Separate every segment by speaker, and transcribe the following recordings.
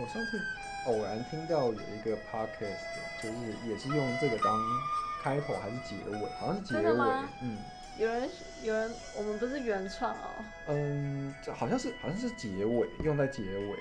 Speaker 1: 我上次偶然听到有一个 podcast，就是也是用这个当开头还是结尾，好像是结
Speaker 2: 真的
Speaker 1: 尾
Speaker 2: 吗，
Speaker 1: 嗯
Speaker 2: 有人有人，我们不是原创哦。
Speaker 1: 嗯，这好像是好像是结尾，用在结尾，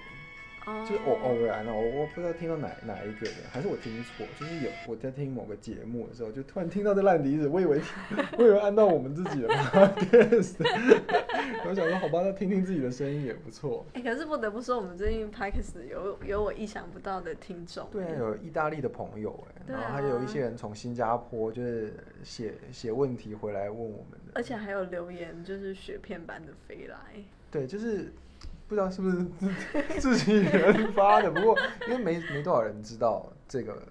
Speaker 2: 哦
Speaker 1: 就是偶偶然哦，我我不知道听到哪哪一个人，还是我听错，就是有我在听某个节目的时候，就突然听到这烂笛子，我以为 我以为按到我们自己的 podcast，然后想说好吧，那听听自己的声音也不错。
Speaker 2: 哎、可是不得不说，我们最近 p a c k e s 有有我意想不到的听众。哎
Speaker 1: 对啊，有意大利的朋友哎、
Speaker 2: 对
Speaker 1: 然后还有
Speaker 2: 啊
Speaker 1: 一些人从新加坡就是写写问题回来问我们的，
Speaker 2: 而且还有留言，就是雪片般的飞来。
Speaker 1: 对，就是不知道是不是自自己 人发的，不过因为没没多少人知道这个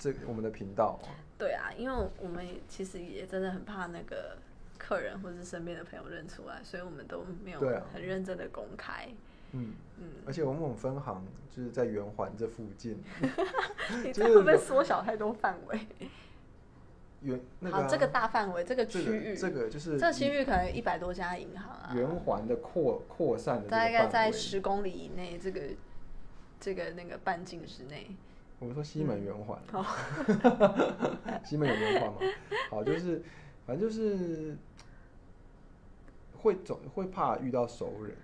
Speaker 1: 这个我们的频道啊，
Speaker 2: 对啊，因为我们其实也真的很怕那个客人或是身边的朋友认出来，所以我们都没有
Speaker 1: 对啊
Speaker 2: 很认真的公开。
Speaker 1: 嗯，
Speaker 2: 嗯，
Speaker 1: 而且我们分行就是在圆环这附近，
Speaker 2: 你
Speaker 1: 就
Speaker 2: 这
Speaker 1: 是
Speaker 2: 会不会缩小太多范围？
Speaker 1: 圆那个、啊
Speaker 2: 好，这个大范围，这个区
Speaker 1: 这个
Speaker 2: 域，
Speaker 1: 这个就是
Speaker 2: 这区域可能一百多家银行啊，
Speaker 1: 圆环的扩扩散的这个
Speaker 2: 大概
Speaker 1: 范
Speaker 2: 在
Speaker 1: 围
Speaker 2: 十公里以内，这个这个那个半径之内。
Speaker 1: 我说西门圆环，
Speaker 2: 嗯
Speaker 1: 西门有圆环吗？好，就是反正就是会总会怕遇到熟人，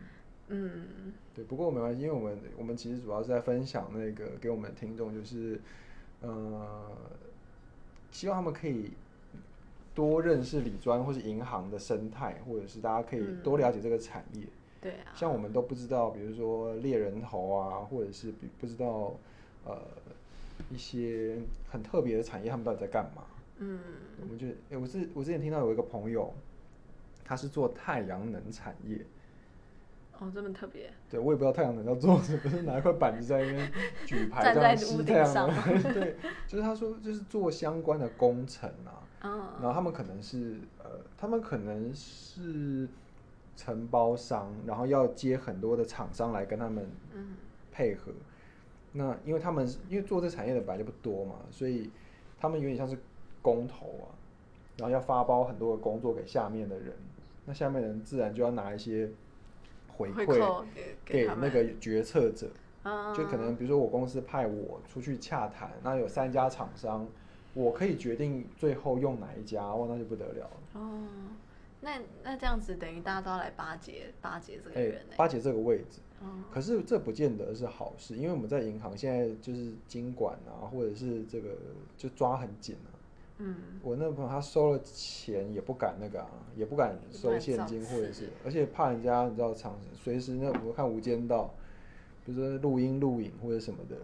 Speaker 2: 嗯，
Speaker 1: 对。不过没关系，因为我们我们其实主要是在分享那个给我们的听众，就是呃，希望他们可以多认识理专或是银行的生态，或者是大家可以
Speaker 2: 嗯
Speaker 1: 多了解这个产业。
Speaker 2: 对啊，
Speaker 1: 像我们都不知道，比如说猎人头啊，或者是比不知道呃一些很特别的产业，他们到底在干嘛？
Speaker 2: 嗯，
Speaker 1: 我们就、诶我之我之前听到有一个朋友，他是做太阳能产业，
Speaker 2: 哦，这么特别，
Speaker 1: 对我也不知道太阳能要做什么，就是拿一块板子在那边举牌
Speaker 2: 站
Speaker 1: 这
Speaker 2: 在
Speaker 1: 样吸
Speaker 2: 屋
Speaker 1: 太
Speaker 2: 顶
Speaker 1: 阳
Speaker 2: 上
Speaker 1: 能， 对，就是他说就是做相关的工程啊，然
Speaker 2: 嗯，
Speaker 1: 后他们可能是呃，他们可能是承包商，然后要接很多的厂商来跟他们
Speaker 2: 嗯
Speaker 1: 配合。那因为他们因为做这产业的本来就不多嘛，所以他们有点像是工头啊，然后要发包很多的工作给下面的人，那下面的人自然就要拿一些回
Speaker 2: 会
Speaker 1: 馈
Speaker 2: 扣给
Speaker 1: 给
Speaker 2: 他
Speaker 1: 那
Speaker 2: 们，
Speaker 1: 个决策者，
Speaker 2: 嗯，
Speaker 1: 就可能比如说我公司派我出去洽谈，那有三家厂商，我可以决定最后用哪一家，哇，那就不得了了。
Speaker 2: 哦，那那这样子等于大家都要来巴结巴结这个
Speaker 1: 哎
Speaker 2: 人呢、欸
Speaker 1: 巴结这个位置。
Speaker 2: 哦，
Speaker 1: 可是这不见得是好事，因为我们在银行现在就是经管啊，或者是这个就抓很紧啊。
Speaker 2: 嗯，
Speaker 1: 我那朋友他收了钱也不敢那个啊，也不敢收现金，
Speaker 2: 乱造
Speaker 1: 或
Speaker 2: 次
Speaker 1: 者是而且怕人家你知道常随时那我们看《无间道》，比如说录音录影或者什么的，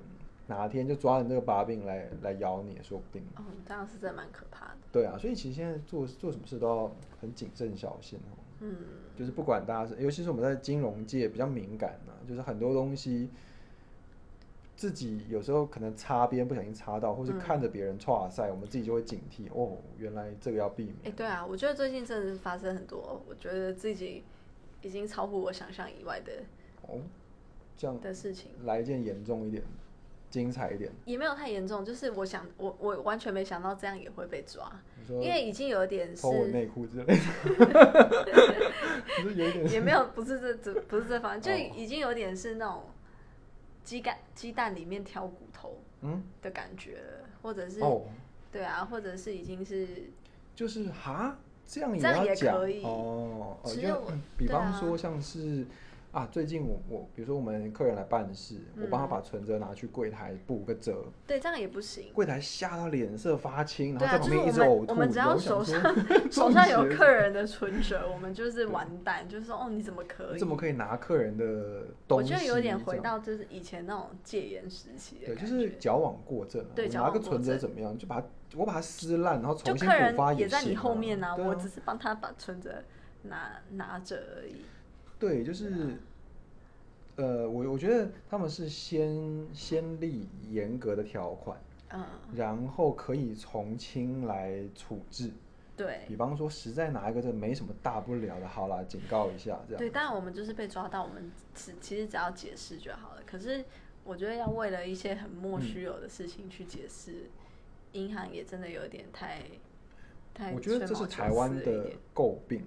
Speaker 1: 哪天就抓你这个把柄来来咬你也说不定。
Speaker 2: 哦，这样是真的蛮可怕的，
Speaker 1: 对啊，所以其实现在做做什么事都要很谨慎小心哦。
Speaker 2: 嗯，
Speaker 1: 就是不管大家是，尤其是我们在金融界比较敏感呐、就是很多东西自己有时候可能擦边不小心擦到，或是
Speaker 2: 嗯
Speaker 1: 看着别人跨赛，我们自己就会警惕哦，原来这个要避免。
Speaker 2: 哎、对啊，我觉得最近真的是发生很多，我觉得自己已经超乎我想象以外的
Speaker 1: 哦，这样
Speaker 2: 的事情。
Speaker 1: 来一件严重一点、精彩一点。
Speaker 2: 也没有太严重，就是我想，我我完全没想到这样也会被抓，
Speaker 1: 你说
Speaker 2: 因为已经有点是
Speaker 1: 偷我内裤之类的， 你说有一点
Speaker 2: 也没有，不是这这不是这方面，就
Speaker 1: 哦
Speaker 2: 已经有点是那种鸡蛋鸡蛋里面挑骨头
Speaker 1: 嗯
Speaker 2: 的感觉了，或者是、
Speaker 1: 哦，
Speaker 2: 对啊，或者是已经是
Speaker 1: 就是哈这样也
Speaker 2: 这样
Speaker 1: 要
Speaker 2: 也
Speaker 1: 讲
Speaker 2: 可以
Speaker 1: 哦。哦
Speaker 2: 其
Speaker 1: 因
Speaker 2: 实
Speaker 1: 为
Speaker 2: 我
Speaker 1: 比
Speaker 2: 对
Speaker 1: 方
Speaker 2: 啊
Speaker 1: 说像是啊，最近我我比如说我们客人来办事，我帮他
Speaker 2: 嗯
Speaker 1: 把存折拿去柜台补个折，
Speaker 2: 对这样也不 行。
Speaker 1: 柜台吓到脸色发青，然后
Speaker 2: 对啊
Speaker 1: 在旁边一
Speaker 2: 就是
Speaker 1: 直
Speaker 2: 我
Speaker 1: 呕
Speaker 2: 们
Speaker 1: 吐。
Speaker 2: 我们只要
Speaker 1: 然后我想说
Speaker 2: 手上
Speaker 1: 中
Speaker 2: 有
Speaker 1: 邪
Speaker 2: 客人的存折，我们就是完蛋，就是说哦，你怎么可
Speaker 1: 你
Speaker 2: 以？
Speaker 1: 怎么可以拿客人的东
Speaker 2: 我
Speaker 1: 西这
Speaker 2: 觉
Speaker 1: 样？
Speaker 2: 得有点回到就是以前那种戒严时期的
Speaker 1: 对，
Speaker 2: 感觉，
Speaker 1: 就是矫枉过正、啊。
Speaker 2: 对
Speaker 1: 我
Speaker 2: 矫
Speaker 1: 拿
Speaker 2: 枉
Speaker 1: 个
Speaker 2: 过
Speaker 1: 存折
Speaker 2: 正
Speaker 1: 怎么样？就把它我把它撕烂，然后
Speaker 2: 就
Speaker 1: 重新
Speaker 2: 客人
Speaker 1: 补发
Speaker 2: 也在
Speaker 1: 行
Speaker 2: 你后面
Speaker 1: 啊。
Speaker 2: 啊，
Speaker 1: 对啊
Speaker 2: 我只是帮他把存折拿拿着而已。
Speaker 1: 对，就是，呃，我我觉得他们是先先立严格的条款，
Speaker 2: 嗯，
Speaker 1: 然后可以从轻来处置。
Speaker 2: 对
Speaker 1: 比方说，实在拿一个这没什么大不了的，好啦，警告一下这样。
Speaker 2: 对，但我们就是被抓到，我们只其实只要解释就好了。可是我觉得要为了一些很莫须有的事情去解释，银行也真的有点太太
Speaker 1: 我觉得
Speaker 2: 吹
Speaker 1: 这是
Speaker 2: 毛
Speaker 1: 台
Speaker 2: 求
Speaker 1: 湾
Speaker 2: 疵了一
Speaker 1: 的
Speaker 2: 点
Speaker 1: 诟病，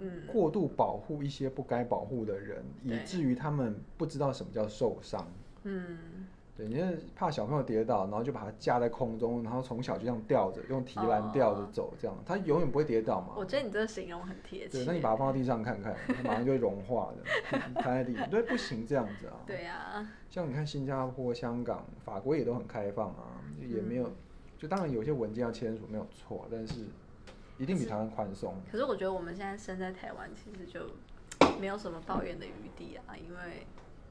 Speaker 2: 嗯，
Speaker 1: 过度保护一些不该保护的人，以
Speaker 2: 对
Speaker 1: 至于他们不知道什么叫受伤。
Speaker 2: 嗯，
Speaker 1: 对，你是怕小朋友跌倒，然后就把它架在空中，然后从小就这样吊着，用提篮吊着
Speaker 2: 哦
Speaker 1: 走，这样他永远不会跌倒嘛。
Speaker 2: 我觉得你这个形容很贴切。
Speaker 1: 啊对，那你把它放到地上看 看，它马上就会融化的， 摊在地上。对，不行这样子啊。
Speaker 2: 对呀、
Speaker 1: 像你看新加坡、香港、法国也都很开放啊，也没有，
Speaker 2: 嗯
Speaker 1: 就当然有些文件要签署没有错，但是一定比台湾宽松。
Speaker 2: 可是我觉得我们现在身在台湾，其实就没有什么抱怨的余地啊，因为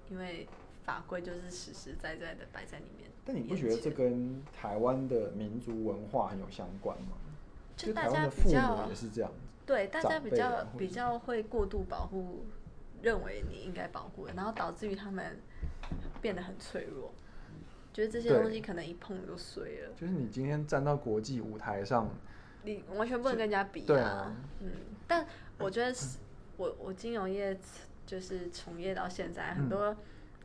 Speaker 2: 因为法规就是实实在在的摆在里面。
Speaker 1: 但你不觉得这跟台湾的民族文化很有相关吗？
Speaker 2: 就大
Speaker 1: 台湾
Speaker 2: 家
Speaker 1: 的
Speaker 2: 比
Speaker 1: 父
Speaker 2: 较
Speaker 1: 母也是这样子。
Speaker 2: 对大家
Speaker 1: 长
Speaker 2: 比
Speaker 1: 辈啊
Speaker 2: 较
Speaker 1: 或者
Speaker 2: 比
Speaker 1: 是
Speaker 2: 较会过度保护，认为你应该保护的，然后导致于他们变得很脆弱，觉得这些
Speaker 1: 对
Speaker 2: 东西可能一碰就碎了，
Speaker 1: 就是你今天站到国际舞台上，
Speaker 2: 你完全不能跟人家比
Speaker 1: 对啊
Speaker 2: 嗯，但我觉得是，我我金融业就是从业到现在，很
Speaker 1: 嗯
Speaker 2: 多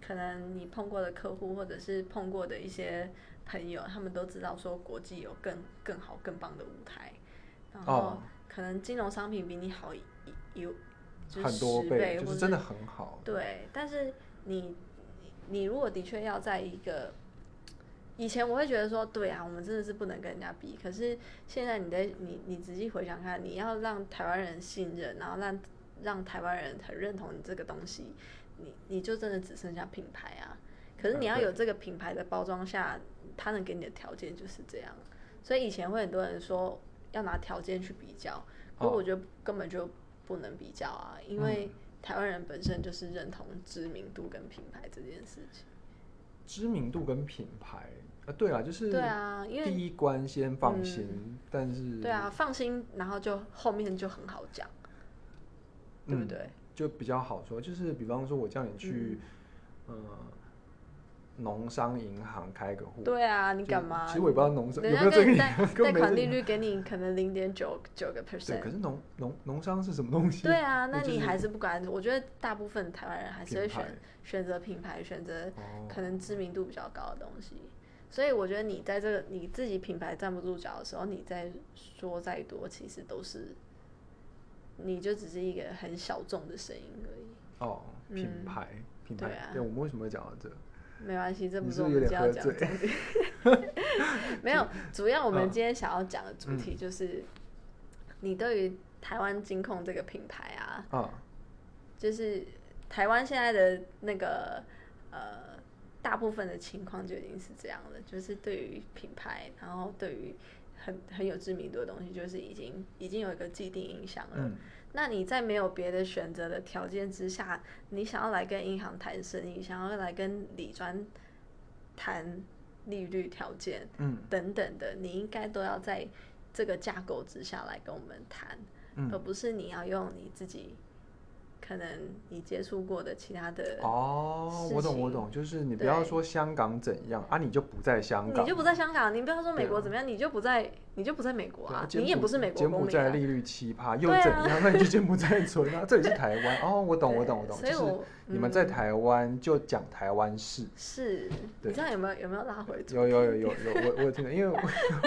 Speaker 2: 可能你碰过的客户或者是碰过的一些朋友，他们都知道说国际有更更好更棒的舞台，然后
Speaker 1: 哦
Speaker 2: 可能金融商品比你好一一一就是
Speaker 1: 很多
Speaker 2: 十
Speaker 1: 倍，
Speaker 2: 或
Speaker 1: 就是是真的很好。
Speaker 2: 对，但是你你如果的确要在一个，以前我会觉得说，对啊，我们真的是不能跟人家比。可是现在你的你你仔细回想看，你要让台湾人信任，然后让让台湾人很认同你这个东西，你你就真的只剩下品牌啊。可是
Speaker 1: 嗯
Speaker 2: 你要有
Speaker 1: 对
Speaker 2: 这个品牌的包装下，它能给你的条件就是这样。所以以前会很多人说要拿条件去比较，可
Speaker 1: 哦
Speaker 2: 我觉得根本就不能比较啊，因为
Speaker 1: 嗯
Speaker 2: 台湾人本身就是认同知名度跟品牌这件事情。
Speaker 1: 知名度跟品牌，啊，对啊，就是
Speaker 2: 对啊，因为
Speaker 1: 第一关先放
Speaker 2: 嗯
Speaker 1: 心，但是
Speaker 2: 对啊，放心，然后就后面就很好讲，对不
Speaker 1: 嗯
Speaker 2: 对？
Speaker 1: 就比较好说，就是比方说我叫你去，
Speaker 2: 嗯
Speaker 1: 呃，农商银行开个户，
Speaker 2: 对啊，
Speaker 1: 就
Speaker 2: 你干嘛？
Speaker 1: 其实我也不知道农商有
Speaker 2: 人
Speaker 1: 没有
Speaker 2: 家
Speaker 1: 这
Speaker 2: 给
Speaker 1: 个
Speaker 2: 你
Speaker 1: 银
Speaker 2: 贷
Speaker 1: 行，
Speaker 2: 贷
Speaker 1: 根本没
Speaker 2: 款
Speaker 1: 这
Speaker 2: 利
Speaker 1: 个。
Speaker 2: 率给你可能零点九九个
Speaker 1: 对，
Speaker 2: percent
Speaker 1: 可。是农农农商是什么东西？
Speaker 2: 对啊，那
Speaker 1: 对就
Speaker 2: 你
Speaker 1: 是
Speaker 2: 还是不管。我觉得大部分台湾人还是 会
Speaker 1: 品牌
Speaker 2: 选选择品牌，选择
Speaker 1: 哦，
Speaker 2: 可能知名度比较高的东西。所以我觉得你在这个你自己品牌站不住脚的时候，你再说再多，其实都是，你就只是一个很小众的声音而已。
Speaker 1: 哦，品
Speaker 2: 嗯
Speaker 1: 牌，品
Speaker 2: 对
Speaker 1: 牌
Speaker 2: 啊，
Speaker 1: 对，我们为什么会讲到这？
Speaker 2: 没关系，这不
Speaker 1: 你
Speaker 2: 是
Speaker 1: 是
Speaker 2: 我
Speaker 1: 不是
Speaker 2: 们
Speaker 1: 有
Speaker 2: 今天要
Speaker 1: 点
Speaker 2: 讲
Speaker 1: 喝
Speaker 2: 的重点。 没有，主要我们今天想要讲的主
Speaker 1: 嗯
Speaker 2: 题就是，你对于台湾金控这个品牌啊，
Speaker 1: 啊，
Speaker 2: 就是台湾现在的那个呃，大部分的情况就已经是这样了，就是对于品牌，然后对于很很有知名度的东西，就是已经已经有一个既定印象了。
Speaker 1: 嗯，
Speaker 2: 那你在没有别的选择的条件之下，你想要来跟银行谈生意，想要来跟理专谈利率条件，
Speaker 1: 嗯，
Speaker 2: 等等的，你应该都要在这个架构之下来跟我们谈，
Speaker 1: 嗯
Speaker 2: 而不是你要用你自己可能你接触过的其他的，
Speaker 1: 哦，我
Speaker 2: 事
Speaker 1: 懂我
Speaker 2: 情
Speaker 1: 懂，就是你不
Speaker 2: 对
Speaker 1: 要说香港怎样啊，你就不在香港，
Speaker 2: 你就不在香港，你不要说美
Speaker 1: 对
Speaker 2: 国
Speaker 1: 啊
Speaker 2: 怎么样，你就不在，你就不在美国
Speaker 1: 对
Speaker 2: 啊，
Speaker 1: 柬
Speaker 2: 你也
Speaker 1: 埔
Speaker 2: 不是美国
Speaker 1: 柬
Speaker 2: 公
Speaker 1: 埔
Speaker 2: 民、
Speaker 1: 寨
Speaker 2: 啊。
Speaker 1: 利率奇葩又
Speaker 2: 对啊
Speaker 1: 怎样？ 那你去柬埔寨存啊，这里是台湾哦，我懂我懂我懂，
Speaker 2: 所以
Speaker 1: 就是
Speaker 2: 我
Speaker 1: 你们在
Speaker 2: 嗯
Speaker 1: 台湾就讲台湾事。
Speaker 2: 是，
Speaker 1: 对
Speaker 2: 你知道有没有有没有拉回主
Speaker 1: 有有有有有，我我有听到，因为我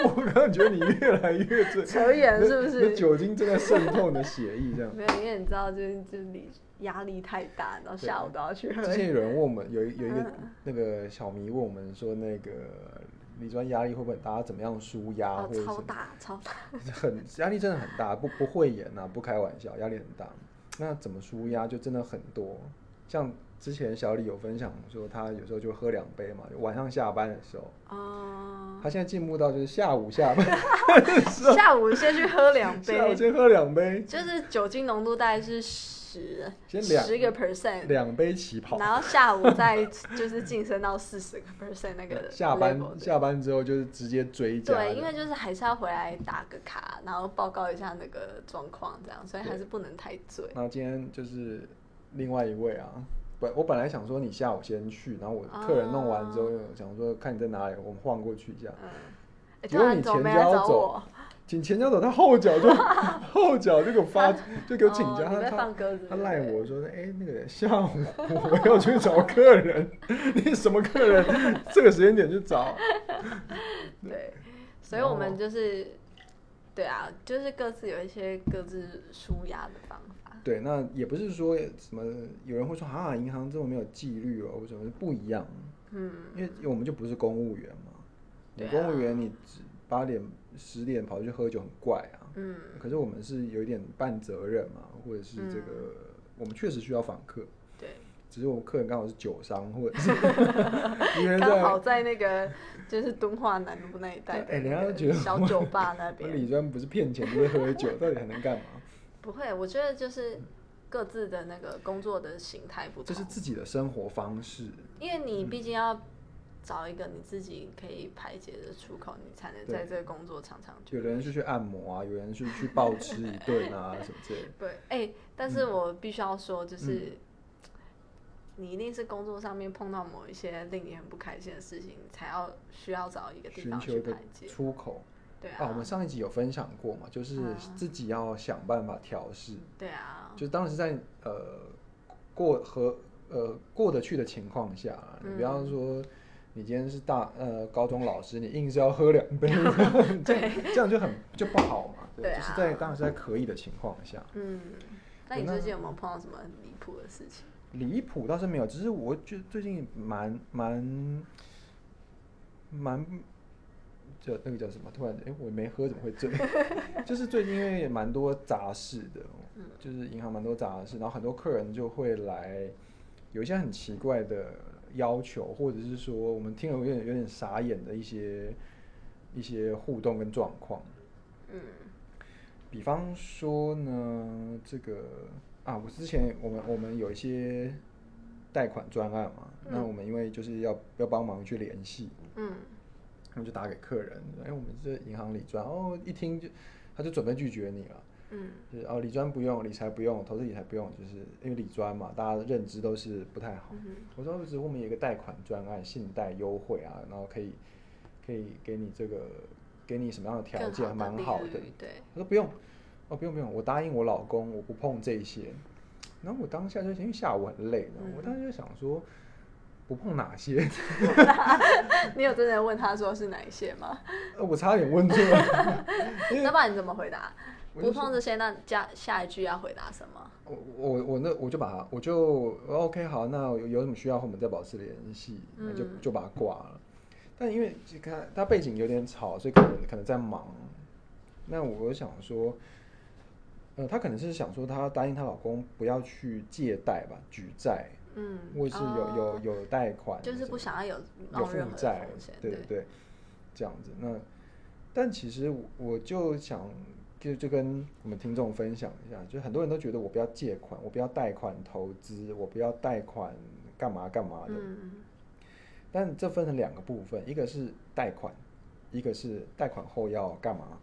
Speaker 1: 我 刚刚觉得你越来越醉，
Speaker 2: 扯远是不
Speaker 1: 那
Speaker 2: 是？
Speaker 1: 酒精正在渗透你的血液， 这样。
Speaker 2: 没有，因为你知道，就是就是你压力太大，然后
Speaker 1: 对
Speaker 2: 下午都要去喝
Speaker 1: 之前有人问我们，有一有一个
Speaker 2: 嗯
Speaker 1: 那个小迷问我们说，那个理专压力会不会很大？怎么样舒压
Speaker 2: 哦
Speaker 1: 或者，
Speaker 2: 超
Speaker 1: 啊什
Speaker 2: 大超大。
Speaker 1: 么？ 很压力真的很大，不不会演呐、不开玩笑，压力很大。那怎么舒压就真的很多，像之前小李有分享说，他有时候就喝两杯嘛，晚上下班的时候，
Speaker 2: 哦，
Speaker 1: 他现在进步到就是下午下班
Speaker 2: 下午先去喝两
Speaker 1: 啊 下午
Speaker 2: 杯，
Speaker 1: 先喝两杯，
Speaker 2: 就是酒精浓度大概是十
Speaker 1: 先两
Speaker 2: 十个 percent，
Speaker 1: 两杯起跑。
Speaker 2: 然后下午再就是晋升到四十个 percent 那个
Speaker 1: 下班
Speaker 2: level 的
Speaker 1: 下班之后就是直接追加的，
Speaker 2: 对，因为就是还是要回来打个卡，然后报告一下那个状况，这样，所以还是不能太醉。
Speaker 1: 然后今天就是另外一位啊，本我本来想说你下午先去，然后我
Speaker 2: 哦
Speaker 1: 客人弄完之后，想说看你在哪里，我们晃过去一下。
Speaker 2: 嗯，哎
Speaker 1: 结
Speaker 2: 对
Speaker 1: 果
Speaker 2: 啊，
Speaker 1: 你
Speaker 2: 你怎么
Speaker 1: 前
Speaker 2: 没
Speaker 1: 脚
Speaker 2: 来找
Speaker 1: 走
Speaker 2: 我？
Speaker 1: 请前脚走，他后脚 就后脚就给我发，就给我请假，
Speaker 2: 哦、你
Speaker 1: 他
Speaker 2: 被
Speaker 1: 他
Speaker 2: 放鸽子，
Speaker 1: 他
Speaker 2: 对不
Speaker 1: 赖
Speaker 2: 对
Speaker 1: 我说，哎，那个下午我要去找客人， 你什么客人？这个时间点去找，
Speaker 2: 对，所以
Speaker 1: 然后
Speaker 2: 我们就是，对啊，就是各自有一些各自舒压的方法。
Speaker 1: 对，那也不是说什么有人会说啊，银行这么没有纪律哦，或什么是不一样，
Speaker 2: 嗯，
Speaker 1: 因为我们就不是公务员嘛。你
Speaker 2: 对啊
Speaker 1: 公务员你只八点十点跑去喝酒很怪啊，
Speaker 2: 嗯，
Speaker 1: 可是我们是有一点半责任嘛，或者是这个、
Speaker 2: 嗯
Speaker 1: 我们确实需要访客，
Speaker 2: 对，
Speaker 1: 只是我们客人刚好是酒商或者 是一个人
Speaker 2: 刚
Speaker 1: 在
Speaker 2: 好。在那个就是敦化南路那一带的
Speaker 1: 哎人家
Speaker 2: 那
Speaker 1: 都觉得
Speaker 2: 个小
Speaker 1: 我
Speaker 2: 酒吧那
Speaker 1: 那
Speaker 2: 边，
Speaker 1: 李专不是骗钱就是喝酒，到底还能干嘛？
Speaker 2: 不会，我觉得就是各自的那个工作的形态 不
Speaker 1: 这是
Speaker 2: 同，
Speaker 1: 嗯自己的生活方式，
Speaker 2: 因为你毕竟要找一个你自己可以排解的出口，你才能
Speaker 1: 对
Speaker 2: 在这个工作常常就
Speaker 1: 有的人是去按摩啊，有人是去暴吃一顿 啊，什么之类的。
Speaker 2: 对。哎、但
Speaker 1: 嗯
Speaker 2: 是我必须要说，就是、你一定是工作上面碰到某一些令你很不开心的事情，你才要需要找一个地
Speaker 1: 寻
Speaker 2: 方
Speaker 1: 求
Speaker 2: 去
Speaker 1: 一个
Speaker 2: 排解。
Speaker 1: 出口
Speaker 2: 对
Speaker 1: 我
Speaker 2: 啊
Speaker 1: 们，上一集有分享过嘛，就是
Speaker 2: 啊
Speaker 1: 自己要想办法调试，
Speaker 2: 对啊，
Speaker 1: 就是当时在呃过和呃过得去的情况下啊，你不要
Speaker 2: 嗯
Speaker 1: 说你今天是大呃高中老师，你硬是要喝两 杯，这样这样就很就不好嘛。
Speaker 2: 对
Speaker 1: 就是
Speaker 2: 啊
Speaker 1: 在当时在可以的情况下，
Speaker 2: 嗯。那你最近有没有碰到什么很离谱的事情？
Speaker 1: 离谱倒是没有，只是我觉得最近蛮蛮蛮，叫那个叫什么？突然，哎、我没喝怎么会醉？就是最近因为也蛮多杂事的，就是银行蛮多杂事，然后很多客人就会来，有一些很奇怪的要求，或者是说我们听了有点有点傻眼的一些一些互动跟状况。
Speaker 2: 嗯，
Speaker 1: 比方说呢，这个啊，我之前我们我们有一些贷款专案嘛，
Speaker 2: 嗯
Speaker 1: 那我们因为就是要要帮忙去联系，
Speaker 2: 嗯，
Speaker 1: 他们就打给客人，哎，我们这银行理专，哦，一听就他就准备拒绝你了，
Speaker 2: 嗯，
Speaker 1: 就是哦，理专不用，理财不用，投资理财不用，就是因为理专嘛，大家的认知都是不太好。
Speaker 2: 嗯哼
Speaker 1: 我说，只是我们有一个贷款专案，信贷优惠啊，然后可以可以给你这个给你什么样的条
Speaker 2: 更
Speaker 1: 件，
Speaker 2: 的
Speaker 1: 蛮
Speaker 2: 利
Speaker 1: 好的
Speaker 2: 率。对，
Speaker 1: 他说不用，哦不用不用，我答应我老公，我不碰这些。然后我当下就因为下午很累，然后我当时就想说，不碰哪些？
Speaker 2: 你有真的问他说是哪一些吗？
Speaker 1: 呃我差点问错了。因
Speaker 2: 那不然你怎么回答？
Speaker 1: 我就
Speaker 2: 不碰这些，那加下一句要回答什么？
Speaker 1: 我我我那我就把它，我就我 OK 好，那有有什么需要我们再保持联系，那就
Speaker 2: 嗯
Speaker 1: 就把它挂了。但因为这个他他背景有点吵，所以可能可能在忙。那我想说，呃，她可能是想说她答应她老公不要去借贷吧，举债，
Speaker 2: 嗯，
Speaker 1: 或是有、
Speaker 2: 哦
Speaker 1: 有有贷款什
Speaker 2: 就
Speaker 1: 么的，
Speaker 2: 是不想要有
Speaker 1: 有
Speaker 2: 冒
Speaker 1: 负
Speaker 2: 任何的
Speaker 1: 债
Speaker 2: 风险，，
Speaker 1: 对对对，这样子。那但其实我我就想就就跟我们听众分享一下，就很多人都觉得我不要借款，我不要贷款投资，我不要贷款干嘛干嘛的。
Speaker 2: 嗯
Speaker 1: 但这分成两个部分，一个是贷款，一个是贷款后要干嘛。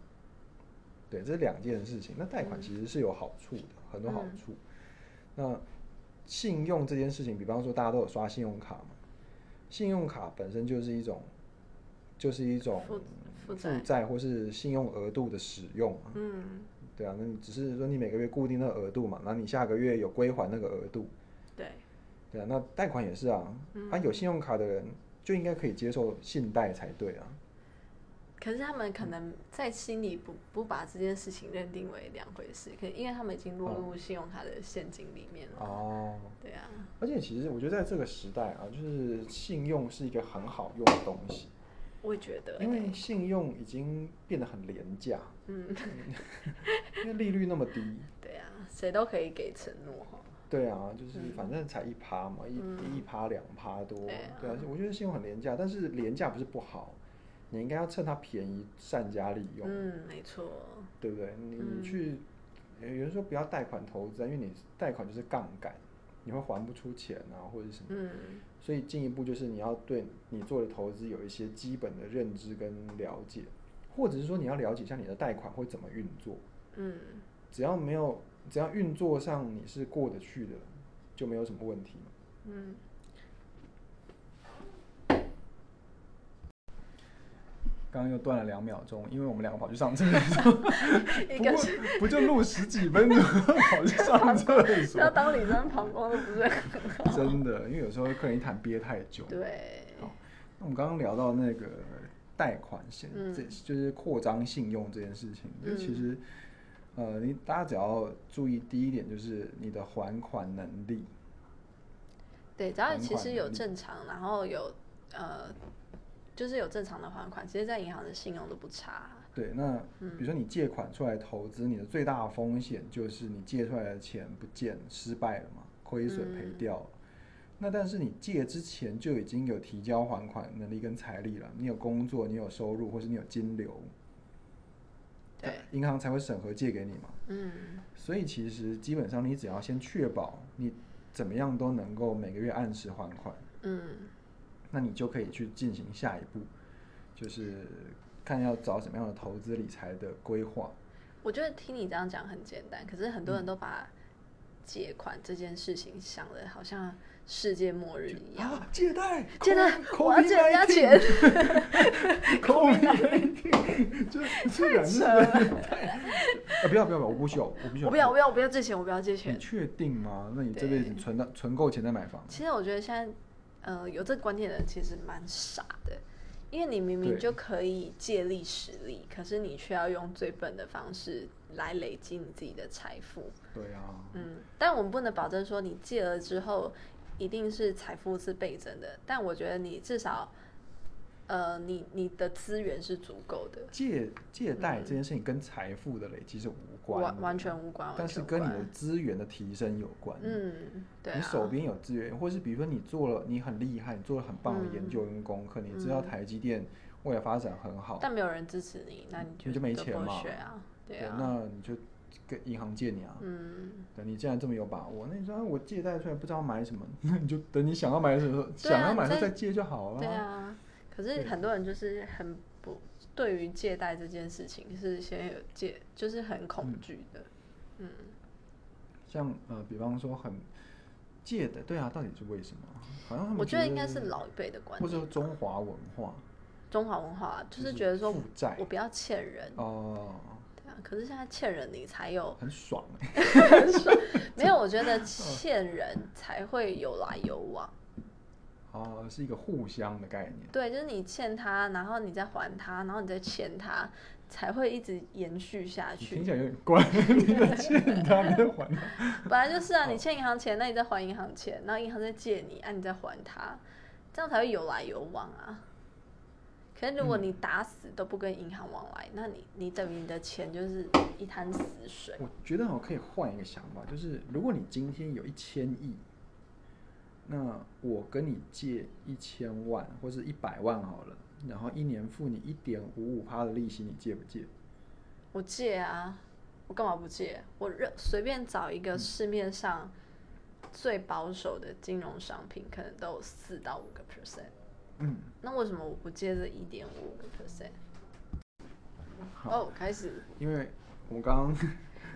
Speaker 1: 对，这是两件事情。那贷款其实是有好处的，很多好
Speaker 2: 嗯
Speaker 1: 处。那信用这件事情，比方说大家都有刷信用卡嘛，信用卡本身就是一种，就是一种
Speaker 2: 负负
Speaker 1: 负
Speaker 2: 债
Speaker 1: 债或是信用额度的使用啊。
Speaker 2: 嗯，
Speaker 1: 对啊，那你只是说你每个月固定那个额度嘛，那你下个月有归还那个额度。
Speaker 2: 对，
Speaker 1: 对啊，那贷款也是啊，
Speaker 2: 嗯
Speaker 1: 啊有信用卡的人就应该可以接受信贷才对啊。
Speaker 2: 可是他们可能在心里不不把这件事情认定为两回事，可因为他们已经落入信用卡的陷阱里面了。
Speaker 1: 哦，
Speaker 2: 对啊，
Speaker 1: 而且其实我觉得在这个时代啊，就是信用是一个很好用的东西，
Speaker 2: 我也觉得
Speaker 1: 因为
Speaker 2: 欸
Speaker 1: 信用已经变得很廉价，
Speaker 2: 嗯，
Speaker 1: 因为利率那么低。
Speaker 2: 对啊，谁都可以给承诺哈。
Speaker 1: 对啊，就是
Speaker 2: 嗯
Speaker 1: 反正才一趴嘛，
Speaker 2: 嗯
Speaker 1: 一一趴两趴多，
Speaker 2: 对
Speaker 1: 对
Speaker 2: 啊
Speaker 1: 啊，我觉得信用很廉价，但是廉价不是不好，你应该要趁它便宜善加利用。
Speaker 2: 嗯，没错。
Speaker 1: 对不对？你
Speaker 2: 嗯
Speaker 1: 你去，呃有人说不要贷款投资啊，因为你贷款就是杠杆，你会还不出钱啊，或者是什么。
Speaker 2: 嗯
Speaker 1: 所以进一步就是你要对你做的投资有一些基本的认知跟了解，或者是说你要了解一下你的贷款会怎么运作。
Speaker 2: 嗯，
Speaker 1: 只要没有，只要运作上你是过得去的，就没有什么问题。
Speaker 2: 嗯，
Speaker 1: 刚刚又断了两秒钟，因为我们两个跑去上厕所，
Speaker 2: 一个是
Speaker 1: 不就录十几分钟 跑去上厕
Speaker 2: 要当理专膀胱的不是 很
Speaker 1: 真的，因为有时候客人一谈憋太久。
Speaker 2: 对，
Speaker 1: 那我们刚刚聊到那个贷款险，
Speaker 2: 嗯
Speaker 1: 这就是扩张信用这件事情。就其
Speaker 2: 嗯
Speaker 1: 实，呃，你大家只要注意第一点，就是你的还款能力。
Speaker 2: 对，只要
Speaker 1: 还
Speaker 2: 其
Speaker 1: 款
Speaker 2: 实有
Speaker 1: 能力
Speaker 2: 正常，然后有呃，就是有正常的还款，其实在银行的信用都不差。
Speaker 1: 对，那
Speaker 2: 嗯
Speaker 1: 比如说你借款出来投资，你的最大的风险就是你借出来的钱不见了失败了嘛，亏损赔
Speaker 2: 嗯
Speaker 1: 掉了。那但是你借之前就已经有提交还款能力跟财力了，你有工作，你有收入，或是你有金流，
Speaker 2: 对，
Speaker 1: 银行才会审核借给你嘛。
Speaker 2: 嗯，
Speaker 1: 所以其实基本上你只要先确保你怎么样都能够每个月按时还款，
Speaker 2: 嗯，
Speaker 1: 那你就可以去进行下一步，就是看要找什么样的投资理财的规划。
Speaker 2: 我觉得听你这样讲很简单，可是很多
Speaker 1: 嗯
Speaker 2: 人都把借款这件事情想的好像世界末日一样。
Speaker 1: 啊，借贷，
Speaker 2: 借贷
Speaker 1: COVID-19，
Speaker 2: 我要借人家钱
Speaker 1: ，COVID-19，就是这两
Speaker 2: 扯
Speaker 1: 是
Speaker 2: 了
Speaker 1: 啊，不要不要不要，我不需要，我不需要，
Speaker 2: 我不要，我不要，我不要借钱，我不要借钱
Speaker 1: 你。确定吗？那你这辈子
Speaker 2: 对
Speaker 1: 存到存够钱再买房，
Speaker 2: 其实我觉得现在，呃，有这个观念的人其实蛮傻的，因为你明明
Speaker 1: 对
Speaker 2: 就可以借力使力，可是你却要用最笨的方式来累积你自己的财富。
Speaker 1: 对啊，
Speaker 2: 嗯，但我们不能保证说你借了之后一定是财富是倍增的，但我觉得你至少，呃，你你的资源是足够的，
Speaker 1: 借借贷这件事情跟财富的累积是无关的，
Speaker 2: 嗯完完全无关，完
Speaker 1: 但是
Speaker 2: 全无
Speaker 1: 跟你
Speaker 2: 关
Speaker 1: 的资源的提升有关。，
Speaker 2: 嗯，对、啊，
Speaker 1: 你手边有资源，或是比如说你做了，你很厉害，你做了很棒的研究跟功课，你知道
Speaker 2: 嗯
Speaker 1: 台积电未来发展很好，
Speaker 2: 但没有人支持你，那你
Speaker 1: 你就没
Speaker 2: 都
Speaker 1: 钱
Speaker 2: 不会
Speaker 1: 嘛
Speaker 2: 学啊，对
Speaker 1: 对
Speaker 2: 啊，
Speaker 1: 那你就跟银行借你啊。
Speaker 2: 嗯。
Speaker 1: 对，你既然这么有把握，那你说、啊、我借贷出来不知道买什么， 那你就等你想要买什么时候，
Speaker 2: 对啊
Speaker 1: 想要买的时候
Speaker 2: 你再
Speaker 1: 再借就好了。
Speaker 2: 对啊，可是
Speaker 1: 对
Speaker 2: 很多人就是很不对于借贷这件事情是先有借，就是很恐惧的。嗯，
Speaker 1: 像呃，比方说很借的，对啊，到底是为什么？好像他们
Speaker 2: 我觉得应该
Speaker 1: 是。
Speaker 2: 是老一辈的观
Speaker 1: 或者
Speaker 2: 念
Speaker 1: 说
Speaker 2: 吧，
Speaker 1: 中华文化
Speaker 2: 中华文化就
Speaker 1: 就是
Speaker 2: 是觉得说
Speaker 1: 负债
Speaker 2: 我不要欠人，
Speaker 1: 哦、
Speaker 2: 对啊。可是现在欠人你 才有
Speaker 1: 很爽欸
Speaker 2: 很爽，没有？我觉得欠人才会有来有往。
Speaker 1: 哦、是一个互相的概念。
Speaker 2: 对，就是你欠他，然后你再还他，然后你再欠他，才会一直延续下
Speaker 1: 你
Speaker 2: 去。
Speaker 1: 听起来有点怪，你在欠他，你在还 他，
Speaker 2: 本来就是啊，
Speaker 1: 哦
Speaker 2: 你欠银行钱，那你再还银行钱，然后银行再借你，啊，你再还他，这样才会有来有往啊。可是如果你打死都不跟银行往来，那你你等于你的钱就是一滩死水。
Speaker 1: 我觉得哦我可以换一个想法，就是如果你今天有一千亿，那我跟你借一千万或是一百万好了，然后一年付你一点五五趴的利息，你借不借？
Speaker 2: 我借啊，我干嘛不借？我任随便找一个市面上最保守的金融商品，可能都有四到五个 percent。
Speaker 1: 嗯，
Speaker 2: 那为什么我不借这一点五个 percent？
Speaker 1: 好，
Speaker 2: 哦，开始。
Speaker 1: 因为我们刚刚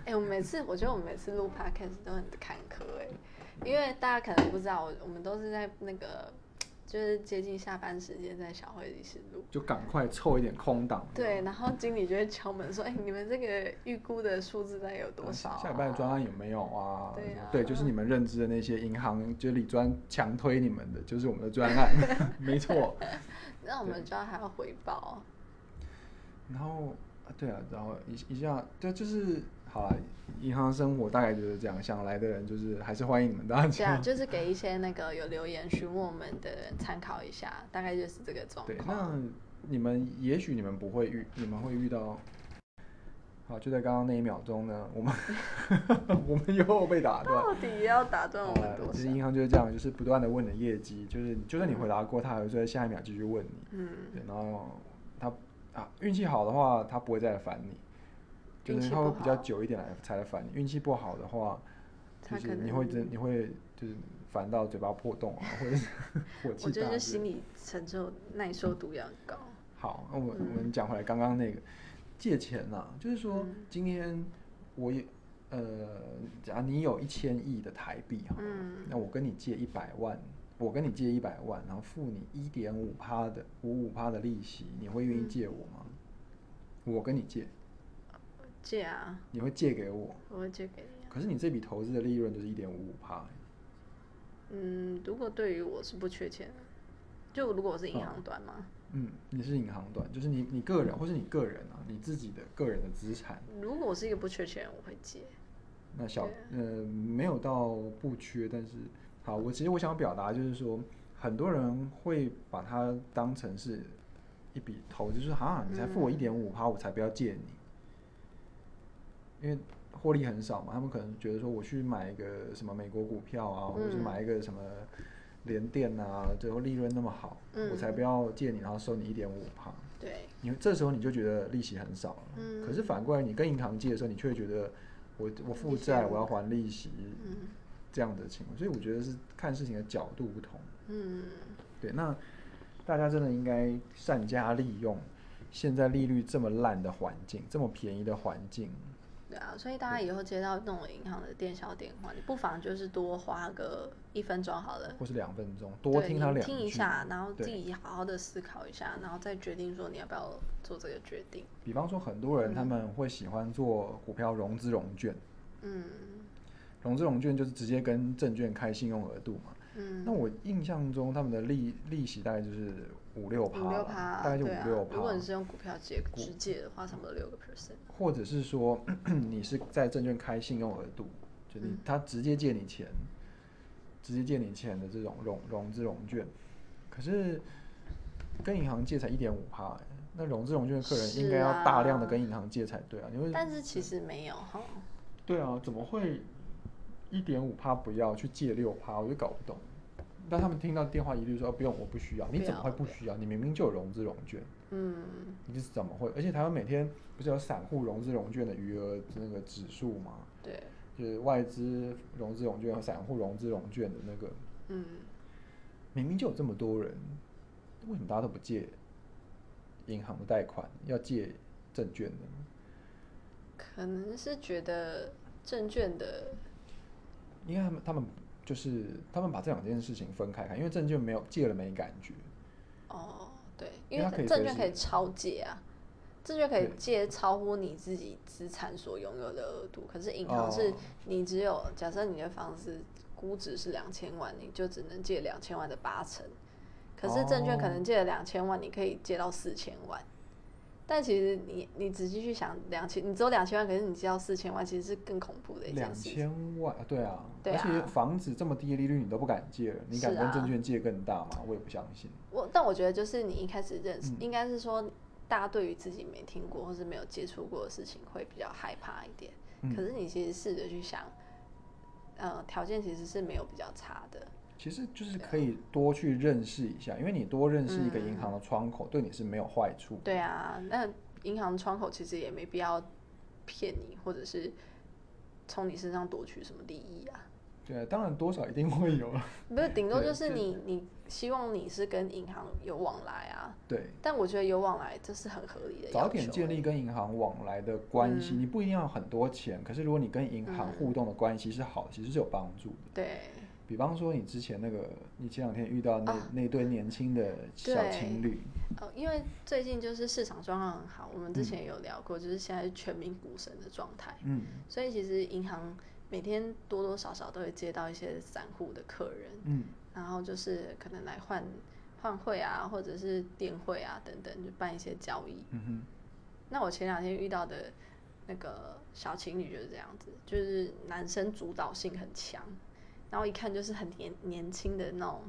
Speaker 2: 哎、我们每次我觉得我们每次录 podcast 都很坎坷哎、因为大家可能不知道，我我们都是在那个就是接近下班时间在小会议室录。
Speaker 1: 就赶快凑一点空档，
Speaker 2: 对，然后经理就会敲门说：“哎、你们这个预估的数字大概有多少、啊？”
Speaker 1: 下礼拜的专案有没有啊？
Speaker 2: 对啊
Speaker 1: 就是你们认知的那些银行，就是理专强推你们的，就是我们的专案， 没错。
Speaker 2: 那我们就要还要回报。
Speaker 1: 然后，啊对啊，然后一一下，对，就是好了。银行生活大概就是这样，想来的人就是还是欢迎你们大
Speaker 2: 对啊，
Speaker 1: 家。
Speaker 2: 就是给一些那个有留言询问我们的人参考一下，大概就是这个状
Speaker 1: 对，
Speaker 2: 况。
Speaker 1: 那你们也许你们不会遇，你们会遇到。好，就在刚刚那一秒钟呢，我 们我们又被打断。
Speaker 2: 到底要打断啊我们
Speaker 1: 呃，
Speaker 2: 多
Speaker 1: 就是
Speaker 2: 少？
Speaker 1: 银行就是这样，就是不断的问你的业绩，就是就算你回答过，他还会在下一秒继续问你。
Speaker 2: 嗯，
Speaker 1: 对，然后他啊，运气好的话，他不会再来烦你，就
Speaker 2: 运
Speaker 1: 是
Speaker 2: 气
Speaker 1: 他会
Speaker 2: 不
Speaker 1: 比较
Speaker 2: 好
Speaker 1: 久一点来才来烦你。运气不好的话，就
Speaker 2: 他
Speaker 1: 是
Speaker 2: 可
Speaker 1: 你会
Speaker 2: 能嗯
Speaker 1: 真你会就是烦到嘴巴破洞啊，或者是 火
Speaker 2: 我
Speaker 1: 气
Speaker 2: 觉
Speaker 1: 大
Speaker 2: 得就
Speaker 1: 之
Speaker 2: 心
Speaker 1: 类的。
Speaker 2: 理承受耐受度要很高。
Speaker 1: 好，那
Speaker 2: 嗯
Speaker 1: 我我们讲回来刚刚那个借钱呐、就是说
Speaker 2: 嗯
Speaker 1: 今天我也。呃，假如你有一千亿的台币哈，
Speaker 2: 嗯
Speaker 1: 那我跟你借一百万，我跟你借一百万，然后付你一点五趴的五五趴的利息，你会愿意
Speaker 2: 嗯
Speaker 1: 借我吗？我跟你借，
Speaker 2: 借啊，
Speaker 1: 你会借给我，
Speaker 2: 我会借给你、啊。
Speaker 1: 可是你这笔投资的利润就是一点五五趴，
Speaker 2: 嗯，如果对于我是不缺钱的，就如果我是银行端嘛，
Speaker 1: 嗯，你是银行端，就是你你个人或是你个人啊，你自己的个人的资产，
Speaker 2: 如果我是一个不缺钱人，我会借。
Speaker 1: 那小
Speaker 2: 对啊
Speaker 1: 呃没有到不缺，但是好，我其实我想表达就是说，很多人会把它当成是一笔投资，就是哈，你才付我一点五
Speaker 2: 嗯
Speaker 1: 趴，我才不要借你，因为获利很少嘛，他们可能觉得说我去买一个什么美国股票啊，或者是
Speaker 2: 嗯
Speaker 1: 买一个什么联电啊，最后利润那么好，我才
Speaker 2: 嗯
Speaker 1: 不要借你，然后收你一点五趴。
Speaker 2: 对，
Speaker 1: 你这时候你就觉得利息很少了，
Speaker 2: 嗯
Speaker 1: 可是反过来你跟银行借的时候，你却会觉得我我负债，
Speaker 2: 利息很
Speaker 1: 我要还利息
Speaker 2: 嗯
Speaker 1: 这样的情况，所以我觉得是看事情的角度不同。
Speaker 2: 嗯，
Speaker 1: 对，那大家真的应该善加利用现在利率这么烂的环境，这么便宜的环境，
Speaker 2: 对啊，所以大家以后接到那种银行的电销电话，你不妨就是多花个一分钟好了，
Speaker 1: 或是两分钟多
Speaker 2: 呃对
Speaker 1: 听
Speaker 2: 你
Speaker 1: 他两句，
Speaker 2: 听一下，然后自
Speaker 1: 对，
Speaker 2: 己好好的思考一下，然后再决定说你要不要做这个决定。
Speaker 1: 比方说很多人
Speaker 2: 嗯
Speaker 1: 他们会喜欢做股票融资融券，
Speaker 2: 嗯
Speaker 1: 融资融券就是直接跟证券开信用额度嘛。
Speaker 2: 嗯，
Speaker 1: 那我印象中他们的利利息大概就是五六趴
Speaker 2: 五六
Speaker 1: 吧，
Speaker 2: 趴，
Speaker 1: 大概就五
Speaker 2: 对啊
Speaker 1: 六
Speaker 2: 如果你
Speaker 1: 趴，
Speaker 2: 是用股票借直借的话，差不多六个 percent。
Speaker 1: 或者是说 你是在证券开信用额度，就你
Speaker 2: 嗯
Speaker 1: 他直接借你钱，直接借你钱的这种融融资融券，可是跟银行借才一点五趴，欸那融资融券的客人
Speaker 2: 是
Speaker 1: 应该要大量的
Speaker 2: 啊
Speaker 1: 跟银行借才对啊，你会
Speaker 2: 但是其实没有哈，
Speaker 1: 对啊，怎么会一点五趴不要去借六趴？我就搞不懂。但他们听到电话一律说、哦、不用，我不需要。你
Speaker 2: 不
Speaker 1: 怎么
Speaker 2: 要
Speaker 1: 会不
Speaker 2: 不要
Speaker 1: 需要？你明明就有融资融券。
Speaker 2: 嗯，
Speaker 1: 你是怎么会？而且台湾每天不是有散户融资融券的余额那个指数吗？
Speaker 2: 对，
Speaker 1: 就是外资融资融券和散户融资融券的那个，
Speaker 2: 嗯，
Speaker 1: 明明就有这么多人，为什么大家都不借银行的贷款，要借证券的呢？
Speaker 2: 可能是觉得证券的，
Speaker 1: 因为他们他们就是他们把这两件事情分开看，因为证券没有借了没感觉，
Speaker 2: 哦，对，
Speaker 1: 因
Speaker 2: 因
Speaker 1: 为
Speaker 2: 为
Speaker 1: 它可以
Speaker 2: 证
Speaker 1: 随
Speaker 2: 券可
Speaker 1: 时
Speaker 2: 以超借啊，证券可以
Speaker 1: 对
Speaker 2: 借超乎你自己资产所拥有的额度，可是银行
Speaker 1: 哦
Speaker 2: 是你只有，假设你的房子估值是两千万，你就只能借两千万的八成，可是证券可
Speaker 1: 哦
Speaker 2: 能借了两千万，你可以借到四千万。但其实你你仔细去想，两千你只有两千万，可是你借到四千万，其实是更恐怖的一件
Speaker 1: 两
Speaker 2: 事情。
Speaker 1: 千万，啊对啊，
Speaker 2: 对
Speaker 1: 而
Speaker 2: 啊
Speaker 1: 且房子这么低的利率你都不敢借了，你敢
Speaker 2: 是
Speaker 1: 跟
Speaker 2: 啊
Speaker 1: 证券借更大吗？我也不相信。
Speaker 2: 我但我觉得就是你一开始认识，
Speaker 1: 嗯
Speaker 2: 应该是说大家对于自己没听过或是没有接触过的事情会比较害怕一点。
Speaker 1: 嗯
Speaker 2: 可是你其实试着去想，呃，条件其实是没有比较差的。
Speaker 1: 其实就是可以多去认识一下，因为你多认识一个银行的窗口，对你是没有坏处。
Speaker 2: 嗯对啊，那银行窗口其实也没必要骗你，或者是从你身上夺取什么利益啊。
Speaker 1: 对啊，当然多少一定会有啊 了。
Speaker 2: 不是，顶多
Speaker 1: 对
Speaker 2: 就是
Speaker 1: 这
Speaker 2: 你你希望你是跟银行有往来啊。
Speaker 1: 对，
Speaker 2: 但我觉得有往来这是很合理的要求欸。
Speaker 1: 早点建立跟银行往来的关系，
Speaker 2: 嗯
Speaker 1: 你不一定要很多钱，可是如果你跟银行
Speaker 2: 嗯
Speaker 1: 互动的关系是好的，其实是有帮助的。
Speaker 2: 对
Speaker 1: 比方说你之前那个，你前两天遇到那、
Speaker 2: 啊
Speaker 1: 那对年轻的小
Speaker 2: 对
Speaker 1: 情侣，
Speaker 2: 呃，因为最近就是市场状况很好，我们之前也有聊过，就是现在是全民股神的状态，
Speaker 1: 嗯
Speaker 2: 所以其实银行每天多多少少都会接到一些散户的客人，
Speaker 1: 嗯，
Speaker 2: 然后就是可能来换换汇啊，或者是电汇啊等等，就办一些交易。
Speaker 1: 嗯哼，
Speaker 2: 那我前两天遇到的那个小情侣就是这样子，就是男生主导性很强，然后一看就是很年年轻的那种。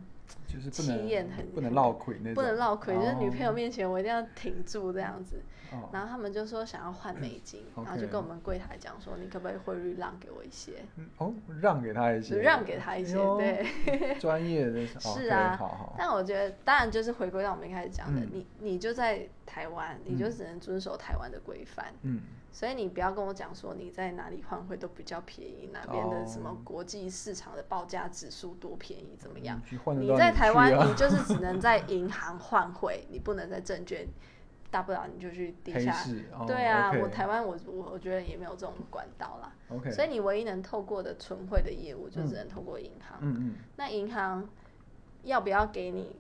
Speaker 1: 就是不
Speaker 2: 气焰
Speaker 1: 能
Speaker 2: 很
Speaker 1: 不能落亏那种，
Speaker 2: 不能落亏，就是女朋友
Speaker 1: 哦
Speaker 2: 面前我一定要挺住这样子。
Speaker 1: 哦
Speaker 2: 然后他们就说想要换美金
Speaker 1: ，OK
Speaker 2: 然后就跟我们柜台讲说，你可不可以汇率让给我一些，
Speaker 1: 嗯哦，让给他一些，
Speaker 2: 就让给他一些，
Speaker 1: 哎呦
Speaker 2: 对。
Speaker 1: 专业 的是
Speaker 2: 是啊
Speaker 1: 好好，
Speaker 2: 但我觉得，当然就是回归到我们一开始讲的，
Speaker 1: 嗯
Speaker 2: 你你就在台湾，你就
Speaker 1: 嗯
Speaker 2: 只能遵守台湾的规范，
Speaker 1: 嗯，
Speaker 2: 所以你不要跟我讲说你在哪里换汇都比较便宜，哪边的什
Speaker 1: 哦
Speaker 2: 么国际市场的报价指数多便宜怎么样
Speaker 1: 你？去换得
Speaker 2: 你
Speaker 1: 到
Speaker 2: 在台
Speaker 1: 嗯
Speaker 2: 湾
Speaker 1: 去啊，
Speaker 2: 你就是只能在银行换汇，你不能在证券，大不了你就去地
Speaker 1: 黑
Speaker 2: 下
Speaker 1: 市，哦
Speaker 2: 对啊
Speaker 1: OK
Speaker 2: 我台湾我我我觉得也没有这种管道啦
Speaker 1: OK，
Speaker 2: 所以你唯一能透过的存汇的业务就只能透过银行。
Speaker 1: 嗯嗯，
Speaker 2: 那银行要不要给你，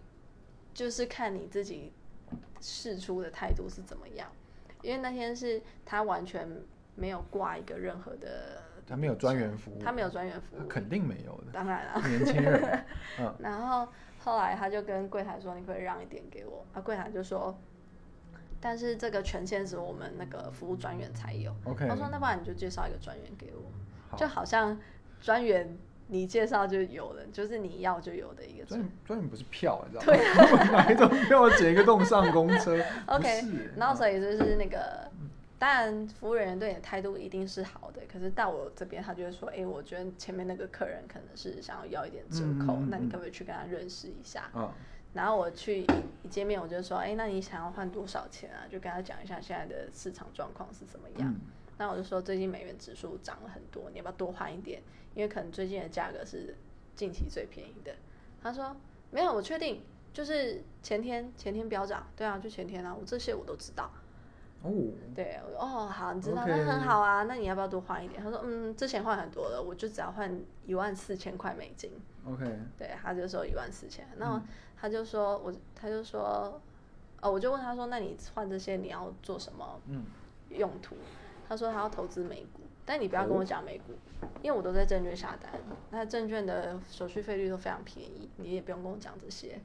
Speaker 2: 就是看你自己试出的态度是怎么样。因为那天是他完全没有挂一个任何的，
Speaker 1: 他没有专员服务，嗯
Speaker 2: 他没有专员服务，
Speaker 1: 肯定没有的，
Speaker 2: 当然啦。
Speaker 1: 年轻人，嗯
Speaker 2: 然后后来他就跟柜台说：“你可以让一点给我。”啊，柜台就说：“但是这个权限是我们那个服务专员才有。”
Speaker 1: OK
Speaker 2: 他说：“那不然你就介绍一个专员给我，
Speaker 1: 好
Speaker 2: 就好像专员你介绍就有了，就是你要就有的一个专
Speaker 1: 专
Speaker 2: 啊
Speaker 1: 员专员不是票，你知道 吗？买一张票解一个洞上公 车
Speaker 2: OK，
Speaker 1: 不是
Speaker 2: 然后所以
Speaker 1: 嗯
Speaker 2: 就是那个，当然服务人员对你的态度一定是好的，可是到我这边他就会说，哎、我觉得前面那个客人可能是想要要一点折扣，
Speaker 1: 嗯嗯嗯
Speaker 2: 那你
Speaker 1: 嗯
Speaker 2: 可不可以去跟他认识一下？
Speaker 1: 啊，
Speaker 2: 然后我去一一见面，我就说，哎、那你想要换多少钱啊？就跟他讲一下现在的市场状况是怎么样。
Speaker 1: 嗯
Speaker 2: 那我就说最近美元指数涨了很多，你要不要多换一点？因为可能最近的价格是近期最便宜的。他说没有，我确定，就是前天前天飙涨，对啊，就前天啊，我这些我都知道。
Speaker 1: 哦，
Speaker 2: 对，我说哦好，你知道
Speaker 1: OK
Speaker 2: 那很好啊，那你要不要多换一点？他说嗯，之前换很多了，我就只要换一万四千块美金。
Speaker 1: OK，
Speaker 2: 对，他就说一万四千，那我
Speaker 1: 嗯
Speaker 2: 他就说我他就说哦，我就问他说，那你换这些你要做什么？
Speaker 1: 嗯，
Speaker 2: 用途。他说他要投资美股，但你不要跟
Speaker 1: 哦
Speaker 2: 我讲美股，因为我都在证券下单，那证券的手续费率都非常便宜，你也不用跟我讲这些。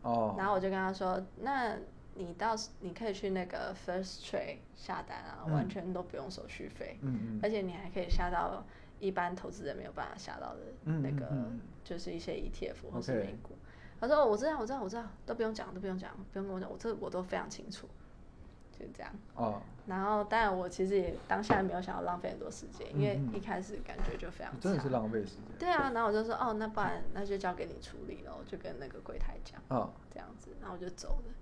Speaker 1: 哦，
Speaker 2: 然后我就跟他说，那你到时你可以去那个 First Trade 下单啊，
Speaker 1: 嗯
Speaker 2: 完全都不用手续费，
Speaker 1: 嗯嗯
Speaker 2: 而且你还可以下到一般投资人没有办法下到的
Speaker 1: 嗯
Speaker 2: 那个，
Speaker 1: 嗯嗯
Speaker 2: 就是一些 ETF 或是
Speaker 1: OK
Speaker 2: 美股。他说、哦我知道，我知道，我知道，都不用讲，都不用讲，不用跟我讲，我这我都非常清楚，就这样。
Speaker 1: 哦，
Speaker 2: 然后，当然我其实也当下没有想要浪费很多时间，因为
Speaker 1: 嗯嗯
Speaker 2: 一开始感觉就非常
Speaker 1: 真的是
Speaker 2: 差。
Speaker 1: 浪费时间
Speaker 2: 对啊，然后我就说哦，那不然那就交给你处理了，我就跟那个柜台讲
Speaker 1: 啊，
Speaker 2: 这样子，然后我就走了。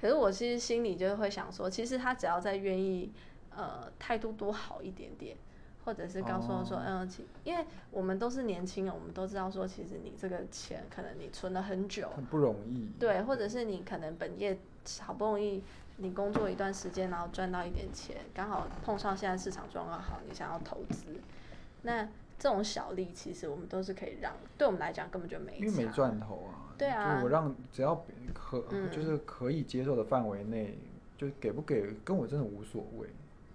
Speaker 2: 可是我其实心里就会想说，其实他只要再愿意，呃，态度多好一点点，或者是告诉我说，
Speaker 1: 哦
Speaker 2: 嗯，其因为我们都是年轻人，我们都知道说，其实你这个钱可能你存了很久，
Speaker 1: 很不容易，
Speaker 2: 对，或者是你可能本业好不容易你工作一段时间，然后赚到一点钱，刚好碰上现在市场状况好，你想要投资，那这种小利其实我们都是可以让，对我们来讲根本就没
Speaker 1: 因为没
Speaker 2: 差
Speaker 1: 赚头啊。
Speaker 2: 对啊
Speaker 1: 就我让只要可、
Speaker 2: 嗯
Speaker 1: 就是可以接受的范围内，就是给不给跟我真的无所谓，